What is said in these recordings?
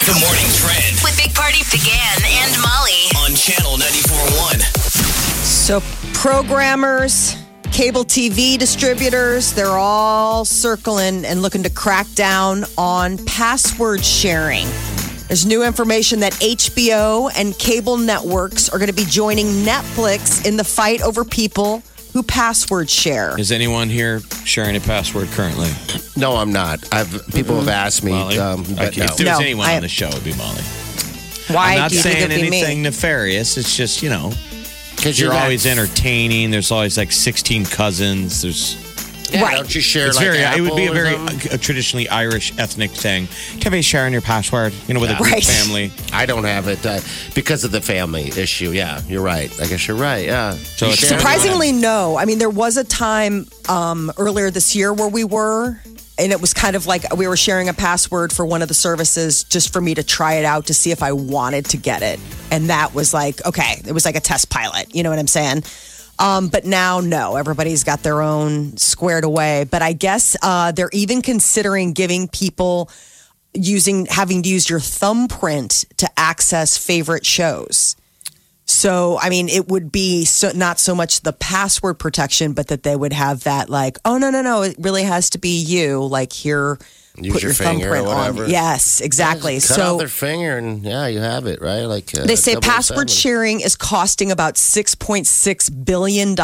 The morning trend With Big Party began and Molly. on channel 941. So, programmers, cable TV distributors, they're all circling and looking to crack down on password sharing. There's new information that HBO and cable networks are going to be joining Netflix in the fight over people who password share. Is anyone here sharing a password currently? No, I'm not. I've people have asked me, Molly? um, Like, but if there no. was No, anyone I- on the show, it would be Molly. Why I'm not do you saying think it'd be anything me? nefarious. It's just, you know, because you're always entertaining. There's always like 16 cousins. There's Don't you share it's like very, it would be a Apple or very something? a traditionally Irish ethnic thing to be sharing your password, you know, with a group Right. family. I don't have it uh, because of the family issue. Yeah, you're right. I guess you're right. Yeah. So You it's share it? Surprisingly, no. I mean, there was a time um, earlier this year where we were, and it was kind of like we were sharing a password for one of the services just for me to try it out to see if I wanted to get it. And that was like, okay, it was like a test pilot. You know what I'm saying? Um, but now, no, everybody's got their own squared away. But I guess uh, they're even considering giving people using having to use your thumbprint to access favorite shows. So, I mean, it would be so, not so much the password protection, but that they would have that, like, oh, no, no, no, it really has to be you. Like, here, Use put your your, finger or thumbprint on. whatever. Yes, exactly. Cut out So, their finger and yeah, you have it right. Like uh, they say 007. password sharing is costing about $6.6 billion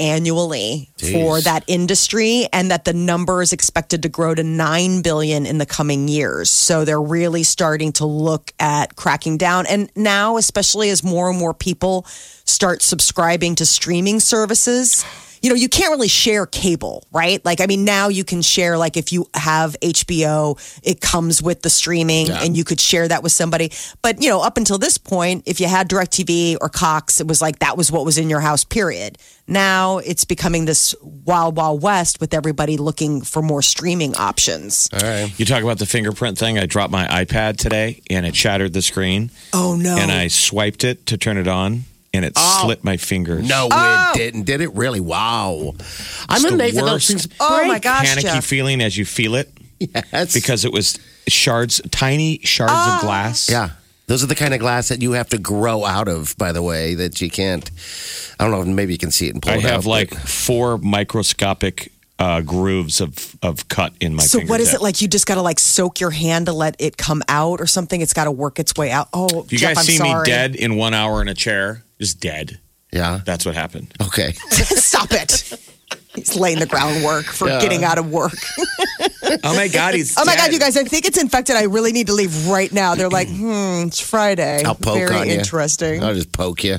annually for Jeez. that industry, and that the number is expected to grow to $9 billion in the coming years. So, they're really starting to look at cracking down. And now, especially as more and more people start subscribing to streaming services, you know, you can't really share cable, right? Like, I mean, now you can share, like, if you have HBO, it comes with the streaming and you could share that with somebody. But, you know, up until this point, if you had DirecTV or Cox, it was like that was what was in your house, period. Now it's becoming this wild, wild west with everybody looking for more streaming options. All right. You talk about the fingerprint thing. I dropped my iPad today and it shattered the screen. Oh, no. And I swiped it to turn it on and it slit my fingers. Oh. No, it didn't. Did it really? Wow. I'm the amazed that those things. worst. oh, my gosh. Panicky Jeff. feeling as you feel it Yes. because it was shards, tiny shards Ah. of glass. yeah, those are the kind of glass that you have to grow out of. By the way, that you can't. I don't know. Maybe you can see it and pull I it out, have but- like four microscopic uh, grooves of, of cut in my So what is fingertip. it like? You just got to like soak your hand to let it come out or something. It's got to work its way out. Oh, You Jeff, guys I'm see me sorry. dead in one hour in a chair? Just dead. yeah. That's what happened. Okay. Stop it. He's laying the groundwork for getting out of work. Oh my God, he's Oh my God, you guys, I think it's infected. I really need to leave right now. They're like, hmm, it's Friday. I'll poke Very on you. interesting. I'll just poke you.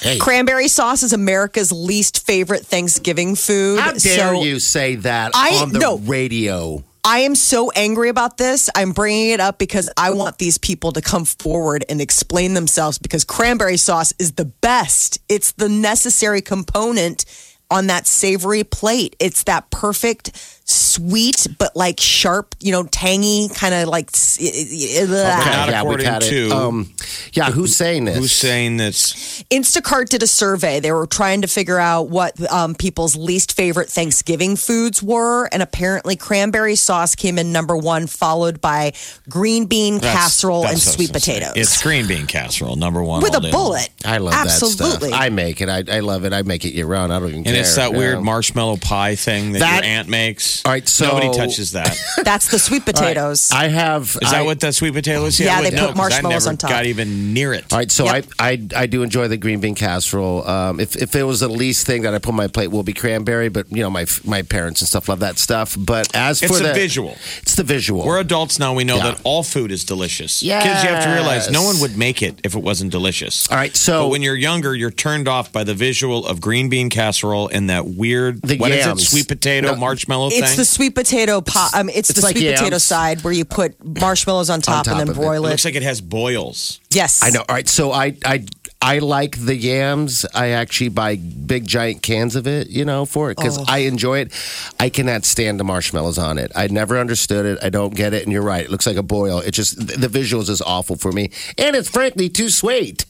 Hey, Cranberry sauce is America's least favorite Thanksgiving food. how dare so you say that I- on the no. radio? I am so angry about this. I'm bringing it up because I want these people to come forward and explain themselves because cranberry sauce is the best. It's the necessary component on that savory plate. It's that perfect sweet but like sharp, you know, tangy kind of like s- i- i- i- Not yeah, we according got it. to- Um, yeah, who's saying this? Who's saying this? Instacart did a survey. They were trying to figure out what um, people's least favorite Thanksgiving foods were, and apparently cranberry sauce came in number one, followed by green bean That's- casserole that's and what I was sweet gonna say. potatoes. It's green bean casserole, number one. with all a day bullet. long. I love Absolutely. that stuff. I make it. I, I love it. I make it year round. I don't even care. And it's that weird Yeah. marshmallow pie thing that, That- your aunt makes. All right, so- nobody touches that. That's the sweet potatoes. I have. Is that I- what the sweet potato is? Yeah, I they put wouldn't know, 'cause I marshmallows never on top. Got even near it. All right, so I, I I do enjoy the green bean casserole. Um, if if it was the least thing that I put on my plate, will be cranberry. But you know, my my parents and stuff love that stuff. But as It's for the the visual. it's the visual. We're adults now. We know Yeah. that all food is delicious. Kids, you have to realize no one Yes. would make it if it wasn't delicious. All right, so- But when you're younger, you're turned off by the visual of green bean casserole and that weird The what is it yams. sweet potato No. marshmallow It's thing. the sweet potato pot. Um, it's, It's the like sweet potato yams. side where you put marshmallows on top, top and then of it. broil it it. looks like it has boils. yes, I know. All right, so I I I like the yams. I actually buy big giant cans of it, you know, for it because Oh. I enjoy it. I cannot stand the marshmallows on it. I never understood it. I don't get it. And you're right. It looks like a boil. It just the the visuals is awful for me, and it's frankly too sweet.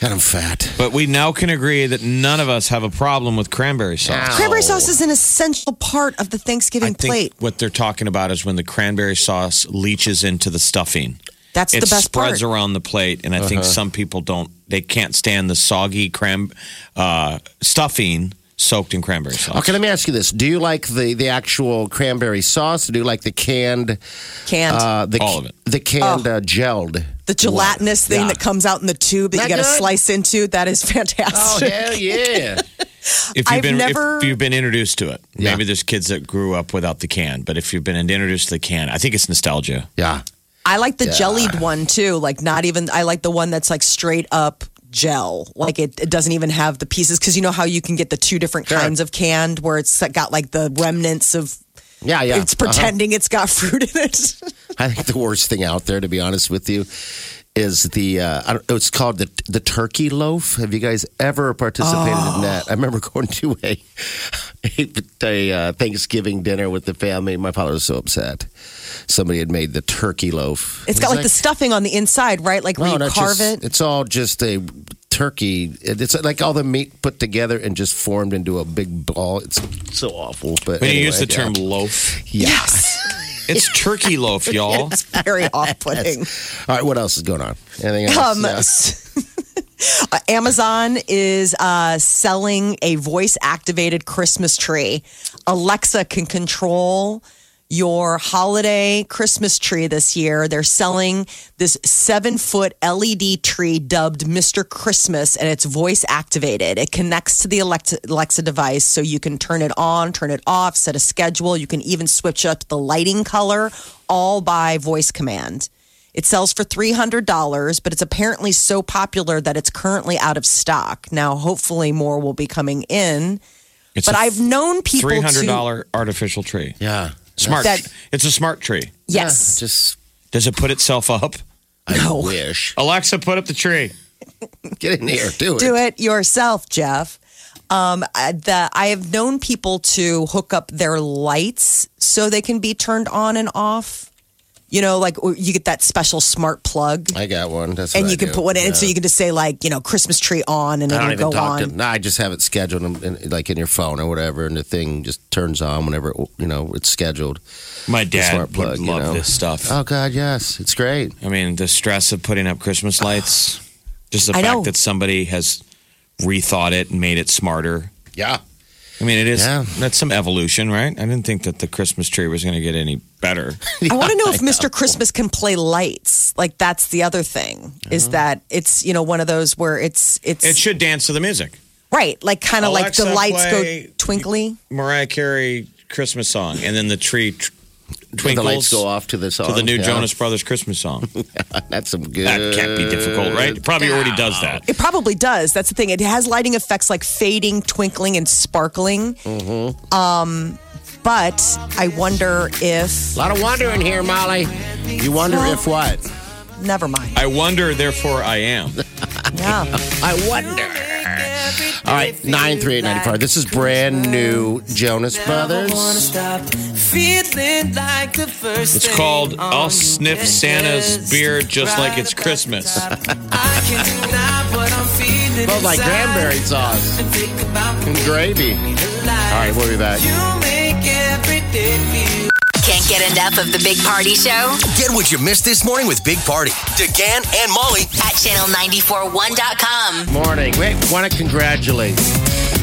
And I'm fat. But we now can agree that none of us have a problem with cranberry sauce. Ow. Cranberry sauce is an essential part of the I Thanksgiving think plate. what they're talking about is when the cranberry sauce leaches into the stuffing. That's it the best part. spreads around the plate, and I think Uh-huh. some people don't. They can't stand the soggy cram uh, stuffing soaked in cranberry sauce. Okay, let me ask you this: Do you like the the actual cranberry sauce? Or do you like the canned, Canned uh, the All of it. the canned Oh. uh, gelled? the gelatinous thing Yeah. that comes out in the tube that, That you got to good? slice into. That is Oh fantastic. hell yeah! If you've I've been never- if you've been introduced to it, Yeah. maybe there's kids that grew up without the can, but if you've been introduced to the can, I think it's nostalgia. yeah, I like the jellied one too. Like not even. I like the one that's like straight up gel. Like it, it doesn't even have the pieces because you know how you can get the two different Sure. kinds of canned where it's got like the remnants of. yeah, yeah. It's pretending it's got fruit in it. Uh-huh. I think the worst thing out there, to be honest with you, is the uh, I don't, it's called the the turkey loaf. Have you guys ever participated in Oh. that? I remember going to a a, a uh, Thanksgiving dinner with the family. My father was so upset. Somebody had made the turkey loaf. It's got He's like the stuffing on the inside, right? Like where you no, carve just, it. It's all just a turkey. It's like all the meat put together and just formed into a big ball. It's so awful. But When you anyway, use the yeah. term loaf, yeah. it's turkey loaf, y'all. It's very off-putting. All right, what else is going on? Anything else? Um, Yeah. uh, Amazon is uh, selling a voice activated Christmas tree. Alexa can control your holiday Christmas tree this year. They're selling this seven foot LED tree dubbed Mr. Christmas, and it's voice activated. It connects to the Alexa, Alexa device, so you can turn it on, turn it off, set a schedule. You can even switch up the lighting color all by voice command. It sells for $300, but it's apparently so popular that it's currently out of stock. Now, hopefully, more will be coming in. It's But a I've known people three hundred to. dollar artificial tree. yeah. Smart. That- it's a smart tree. Yes. Yeah, just Does it put itself up? I No. wish. Alexa, put up the tree. Get in here. Do it. do it yourself, Jeff. Um, I- the, I have known people to hook up their lights so they can be turned on and off. You know, like or you get that special smart plug. I got one. That's what And I you can do. put one in, Yeah. so you can just say like, you know, Christmas tree on, and I don't even it'll go talk to on. them. No, I just have it scheduled, in, in, like in your phone or whatever, and the thing just turns on whenever it, you know it's scheduled. My The dad smart would plug, you love know. this stuff. Oh God, yes, it's great. I mean, the stress of putting up Christmas lights, just the I fact know. that somebody has rethought it and made it smarter. Yeah. I mean, it is Yeah. that's some evolution, right? I didn't think that the Christmas tree was going to get any better. I want to know if Mr. Christmas can play lights. Like that's the other thing is that it's you know one of those where it's it's it should dance to the music. right like kind of like the Alexa, lights play- go twinkly. Mariah Carey Christmas song, and then the tree tr- The twinkles lights go off to the song. to the new yeah. Jonas Brothers Christmas song. That's some good. That can't be difficult, right? It probably already does that. It probably does. That's the thing. It has lighting effects like fading, twinkling, and sparkling. Um, Mm-hmm. but I wonder if A lot of wondering here, Molly. You wonder if what? never mind. I wonder, therefore, I am. Yeah. I wonder. All right, 93894. This is brand new Jonas Brothers. It's called I'll Sniff Santa's Beard Just Like It's Christmas. Smells like cranberry sauce and gravy. All right, we'll be back. Can't get enough of the Big Party Show Get what you missed this morning with Big Party, DeGan and Molly. at channel941.com. Morning. We want to congratulate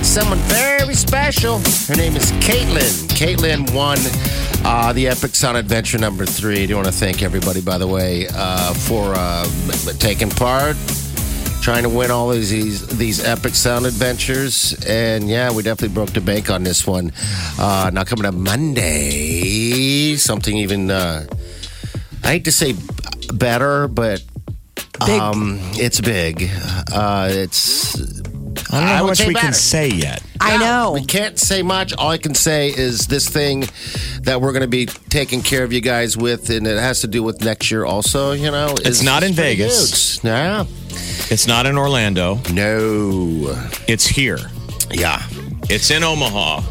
someone very special. Her name is Caitlin. Caitlin won Uh, the Epic Sun Adventure number three. I do want to thank everybody, by the way, uh, for uh, taking part, trying to win all these, these these Epic Sound Adventures. And yeah, we definitely broke the bank on this one. Uh, now coming up Monday, something even uh, I hate to say b- better, but Big. um, it's big. Uh, it's I don't know I how would much say we can better. say yet. I know. we can't say much. All I can say is this thing that we're going to be taking care of you guys with, and it has to do with next year also, you know. It's is- not in is pretty Vegas. huge. No. It's not in Orlando. No. It's here. Yeah. It's in Omaha.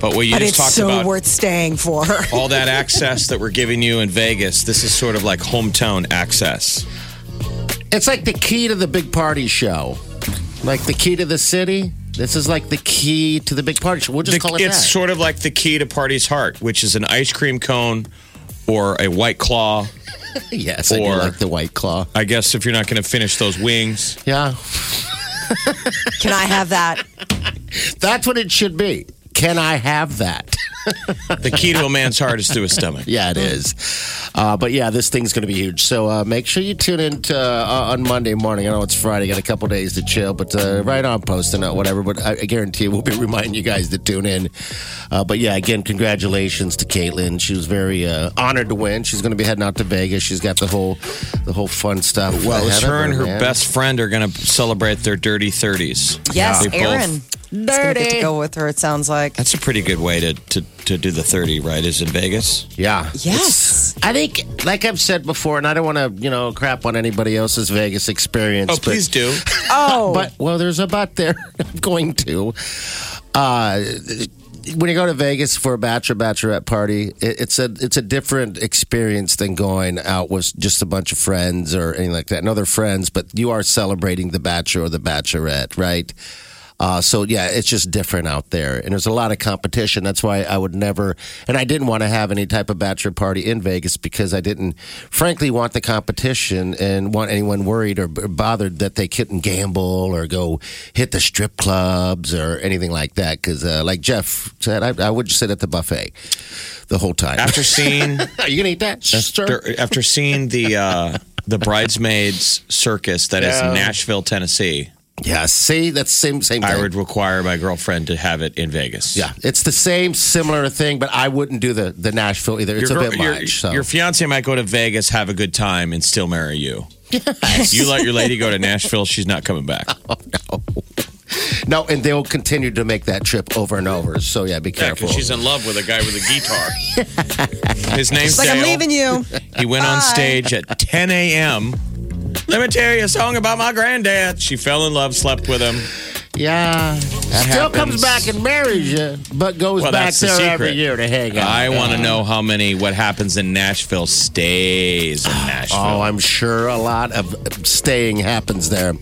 But what you But just it's talked so about, worth staying for. all that access that we're giving you in Vegas, this is sort of like hometown access. It's like the key to the big party show. Like the key to the city. This is like the key to the big party show. We'll just The- call it it's that. sort of like the key to Party's Heart, which is an ice cream cone or a white claw. yes, I do or- like the White Claw. I guess if you're not going to finish those wings. Yeah. Can I have that? That's what it should be. Can I have that? The key to a man's heart is through his stomach. Yeah, it is. Uh, but yeah, this thing's going to be huge. So uh, make sure you tune in to, uh, on Monday morning. I know it's Friday, got a couple days to chill, but uh, right on posting it, whatever. But I, I guarantee we'll be reminding you guys to tune in. Uh, but yeah, again, congratulations to Caitlin. She was very uh, honored to win. She's going to be heading out to Vegas. She's got the whole the whole fun stuff. Well, ahead of her and her man. best friend are going to celebrate their dirty 30s. Yes, They both- Aaron. It's gonna get to go with her. It sounds like. That's a pretty good way to, to, to do the 30, right? Is in Vegas. Yeah. Yes. It's- I think, like I've said before, and I don't want to, you know, crap on anybody else's Vegas experience. Oh, but- please do. Oh, but well, there's a but there. I'm going to. Uh, when you go to Vegas for a bachelor bachelorette party, it, it's a it's a different experience than going out with just a bunch of friends or anything like that. No, they're friends, but you are celebrating the bachelor or the bachelorette, right? Uh, so yeah, it's just different out there, and there's a lot of competition. That's why I would never, and I didn't want to have any type of bachelor party in Vegas because I didn't, frankly, want the competition and want anyone worried or b- bothered that they couldn't gamble or go hit the strip clubs or anything like that. Because uh, like Jeff said, I, I would just sit at the buffet the whole time. After seeing Are you gonna eat that? Sure. after, after seeing the uh, the bridesmaids circus that is in Nashville, Tennessee, Yeah. See, that's same same. I thing. would require my girlfriend to have it in Vegas. Yeah, it's the same similar thing, but I wouldn't do the the Nashville either. It's Your, a girl- bit your, much. So. your fiance might go to Vegas, have a good time, and still marry you. You let your lady go to Nashville, she's not coming back. No, and they'll continue to make that trip over and over. So yeah, be careful. because she's in love with a guy with a guitar. His name's it's like I'm Dale. leaving you. He went on stage at 10 a.m. Let me tell you a song about my granddad. She fell in love, slept with him. yeah, still happens. comes back and marries you, but goes Well, back that's the there every secret. year to hang out. I want to know how many what happens in Nashville stays in Nashville. Oh, I'm sure a lot of staying happens there. All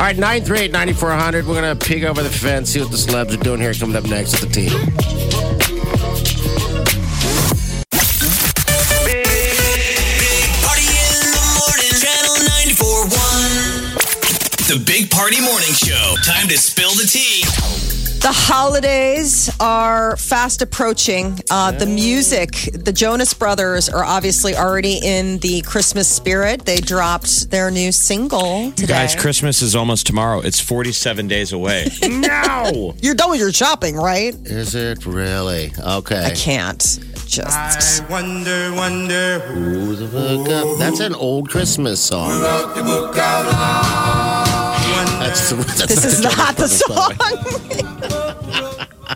right, 938 9400. We're going to peek over the fence, see what the celebs are doing here coming up next with the team. Big Party in the morning, channel 941. The Big Party Morning Show. Time to spill the tea. The holidays are fast approaching. Uh, The music, the Jonas Brothers are obviously already in the Christmas spirit. They dropped their new single today. Guys, Christmas is almost tomorrow. It's 47 days away. No! You're done with your shopping, right? Is it really? Okay. I can't. Just. Wonder, wonder who Who's the fuck up? That's an old Christmas song. wrote the book of law. That's, that's This is Jonas not the Brothers, by way. song.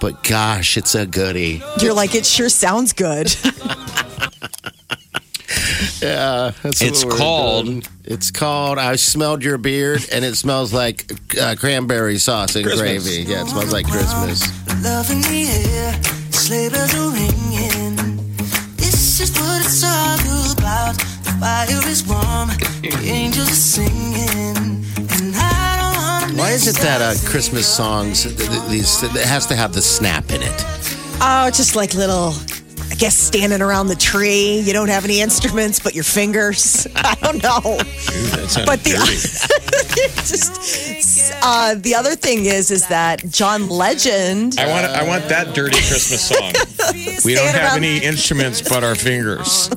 But gosh, it's a goodie. You're like, it sure sounds good. That's It's what we're called- doing. It's called. I smelled your beard, and it smells like uh, cranberry sauce and Christmas. gravy. Yeah, it smells like Christmas. Love in the air, sleigh bells are ringing. This is what it's all about. The fire is warm, the angels are singing. And I don't wanna Why miss is it that uh, out. Christmas songs th- th- these it has to have the snap in it? Oh, just like little, I guess, standing around the tree. You don't have any instruments but your fingers. I don't know. but the just uh, the other thing is is that John Legend I want I want that dirty Christmas song. We don't Stand have around- any instruments but our fingers.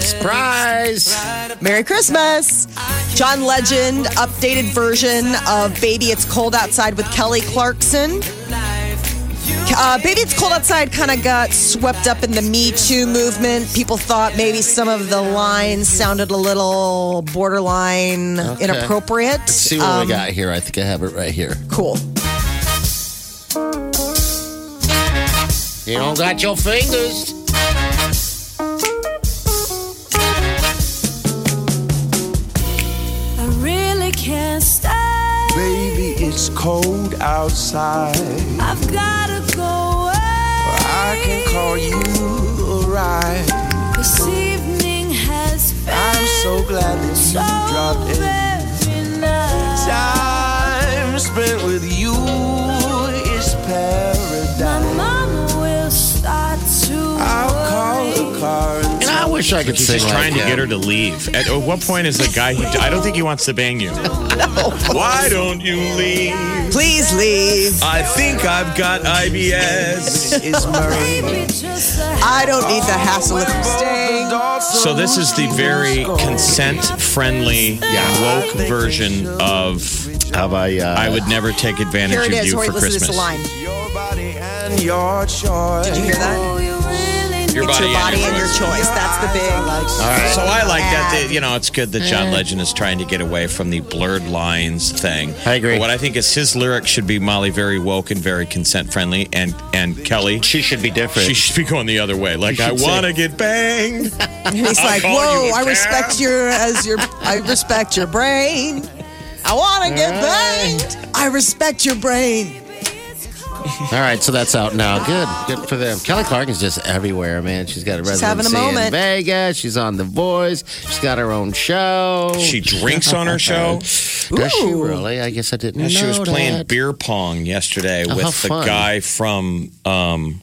Surprise! Merry Christmas. John Legend, updated version of Baby It's Cold Outside with Kelly Clarkson. Uh, Baby It's Cold Outside kind of got swept up in the Me Too movement. People thought maybe some of the lines sounded a little borderline inappropriate. Let's see what Um, we got here. I think I have it right here. Cool. You don't got your fingers. I really can't stay. Baby, it's cold outside. I've gotta go away. I can call you a ride. This evening has been I'm so glad that you so dropped in. very nice. Time spent with you is My paradise. mama will start to I'll call worry. the car and And I wish I could He's sing just Oh, like trying to that. get her to leave. At, at what point is the guy? He, I don't think he wants to bang you. Why don't you leave? Please leave. I think I've got IBS. it's Murray. Maybe just a I don't need the hassle of staying. So this is the very consent-friendly, woke version of Have I? Uh, "I would never take Here advantage it of is. you Hori, for listen to Christmas." this line. Your body and your choice. Did you hear that? oh, you really Your need body, Your body and your choice. choice. That's the big. So I like that. that, you know, it's good that John Legend is trying to get away from the blurred lines thing. I agree. But what I think is his lyrics should be Molly very woke and very consent friendly, and and Kelly She should be different. she should be going the other way. Like You I should want to get banged. And he's like, call "Whoa, you a I cab." respect your as your I respect your brain. I want to get banged. I respect your brain. All right, so that's out now. Good, good for them. Kelly Clark is just everywhere, man. She's got a residency having a in moment. Vegas. She's on The Voice. She's got her own show. She drinks on her show. Does she Ooh. really? I guess I didn't. Yeah, she know was playing that. beer pong yesterday Oh, how with the fun. guy from um,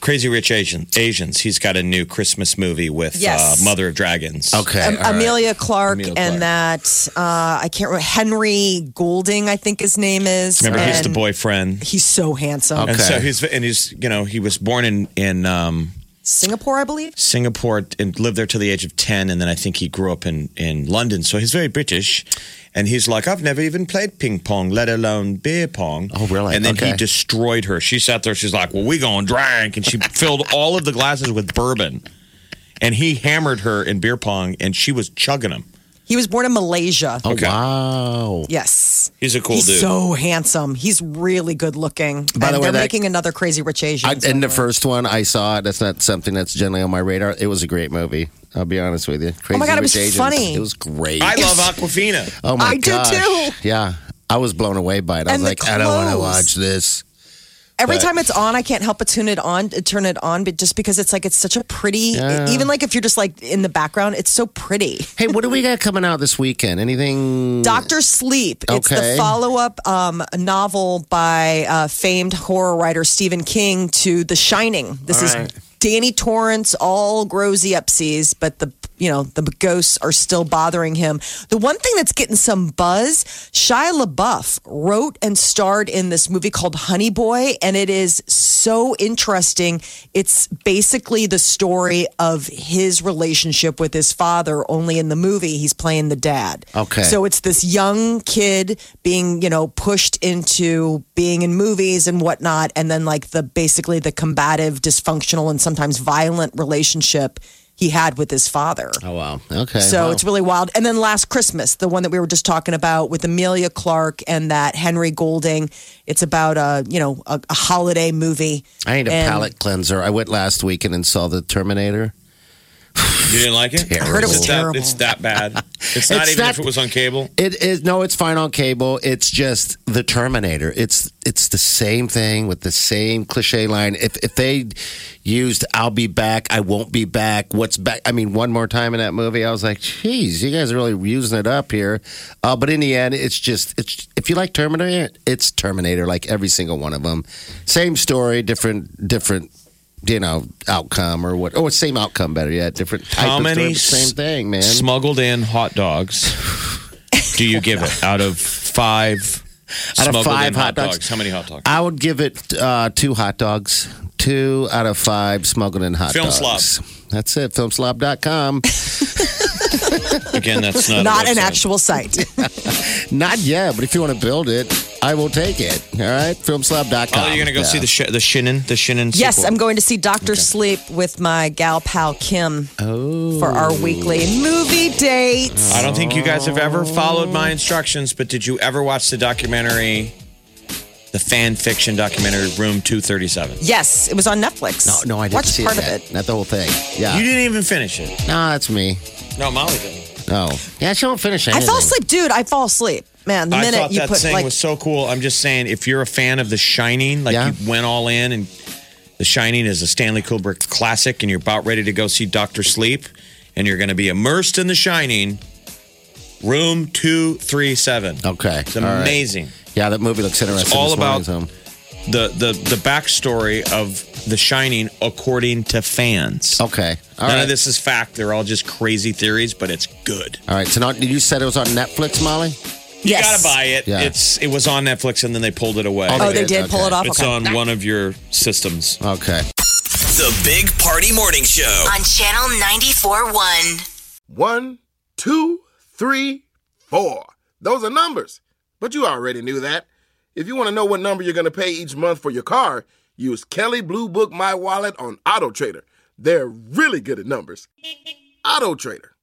Crazy Rich Asian, Asians. He's got a new Christmas movie with Yes. uh, Mother of Dragons. Okay, Am- all right. Amelia Clark Amelia and Clark. that uh, I can't remember Henry Goulding, I think his name is. Remember, he's the And boyfriend. He's so handsome. Okay. And so he's and he's you know he was born in in um, Singapore, I believe. Singapore and lived there till the age of ten, and then I think he grew up in in London. So he's very British, and he's like, I've never even played ping pong, let alone beer pong. Oh, really? And then he Okay. destroyed her. She sat there. She's like, Well, we gonna drink, and she filled all of the glasses with bourbon, and he hammered her in beer pong, and she was chugging him. He was born in Malaysia. Oh, Okay. Wow. Yes. He's a cool he's dude. so handsome. He's really good looking. By and the way, they're that- making another Crazy Rich Asian. I, and the first one I saw, that's not something that's generally on my radar. It was a great movie. I'll be honest with you. Crazy my God, it Rich was Asians. funny. Oh It was great. I love Aquafina. oh my I do gosh. too. Yeah, I was blown away by it. I And was like, the I don't want to clothes. watch this. Every But- time it's on, I can't help but tune it on, turn it on, but just because it's like it's such a pretty, Yeah. even like if you're just like in the background, it's so pretty. Hey, what do we got coming out this weekend? Anything? Doctor Sleep. It's the Okay. follow up um, novel by uh, famed horror writer Stephen King to The Shining. This is right. Danny Torrance, all grozy upsies, but the you know the ghosts are still bothering him. The one thing that's getting some buzz: Shia LaBeouf wrote and starred in this movie called Honey Boy, and it is so interesting. It's basically the story of his relationship with his father. Only in the movie, he's playing the dad. Okay. So it's this young kid being, you know, pushed into being in movies and whatnot, and then like the basically the combative, dysfunctional, and sometimes violent relationship he had with his father. Oh wow. Okay. So wow. it's really wild. And then last Christmas, the one that we were just talking about with Amelia Clark and that Henry Golding, it's about a you know a, a holiday movie. I need a And palate cleanser. I went last weekend and saw the Terminator. You didn't like it? I heard it was It's that- terrible. It's that bad. It's not It's even not- if it was on cable. It is no, it's fine on cable. It's just the Terminator. It's it's the same thing with the same cliche line. If if they used "I'll be back," "I won't be back," "What's back?" I mean, one more time in that movie, I was like, "Geez, you guys are really using it up here." Uh, but in the end, it's just it's if you like Terminator, it's Terminator, like every single one of them. Same story, different different. You know, outcome or what? Or same outcome, better yet. Different type How of story, many but same thing, man. smuggled in hot dogs do you give it out of five? Out of smuggled five in hot dogs. How many hot dogs? I would give it uh, two hot dogs. two out of five smuggling in hot Film dogs. That's it. Filmslob.com. Again, that's not a Not an Oh, website. actual site. Not yet, but if you want to build it, I will take it. All right? Filmslob.com. Oh, you're gonna go Yeah. see the sh- the Shinin the Shinin. yes, sequel. I'm going to see Doctor Sleep with my gal pal Kim for our weekly movie dates. I don't think you guys have ever followed my instructions, but did you ever watch the documentary, the fan fiction documentary Room 237? Yes, it was on Netflix. No, no, I didn't Watched see part it of yet. it. Not the whole thing. Yeah. You didn't even finish it. no, that's me. No, Molly didn't. No. Yeah, she won't finish I anything. fell asleep, dude. I fall asleep, man. The I minute thought you that put thing like, was so cool. I'm just saying, if you're a fan of The Shining, like Yeah. you went all in, and The Shining is a Stanley Kubrick classic, and you're about ready to go see Doctor Sleep, and you're going to be immersed in The Shining. Room 237. Okay. It's all right. amazing. Yeah, that movie looks interesting. all this um, morning, about- so- the the the backstory of The Shining according to fans. Okay. Oh, All None right. of this is fact. They're all just crazy theories, but it's good. All right. So now, you said it was on Netflix, Molly? You Yes. gotta buy it. Yeah. It's it was on Netflix and then they pulled it away. oh, they did Okay. pull it off. it's Okay. on one of your systems. Okay. The Big Party Morning Show. on Channel 94.1. One, two, three, four. Those are numbers. But you already knew that. If you want to know what number you're going to pay each month for your car, use Kelly Blue Book My Wallet on Auto Trader. They're really good at numbers. Auto Trader.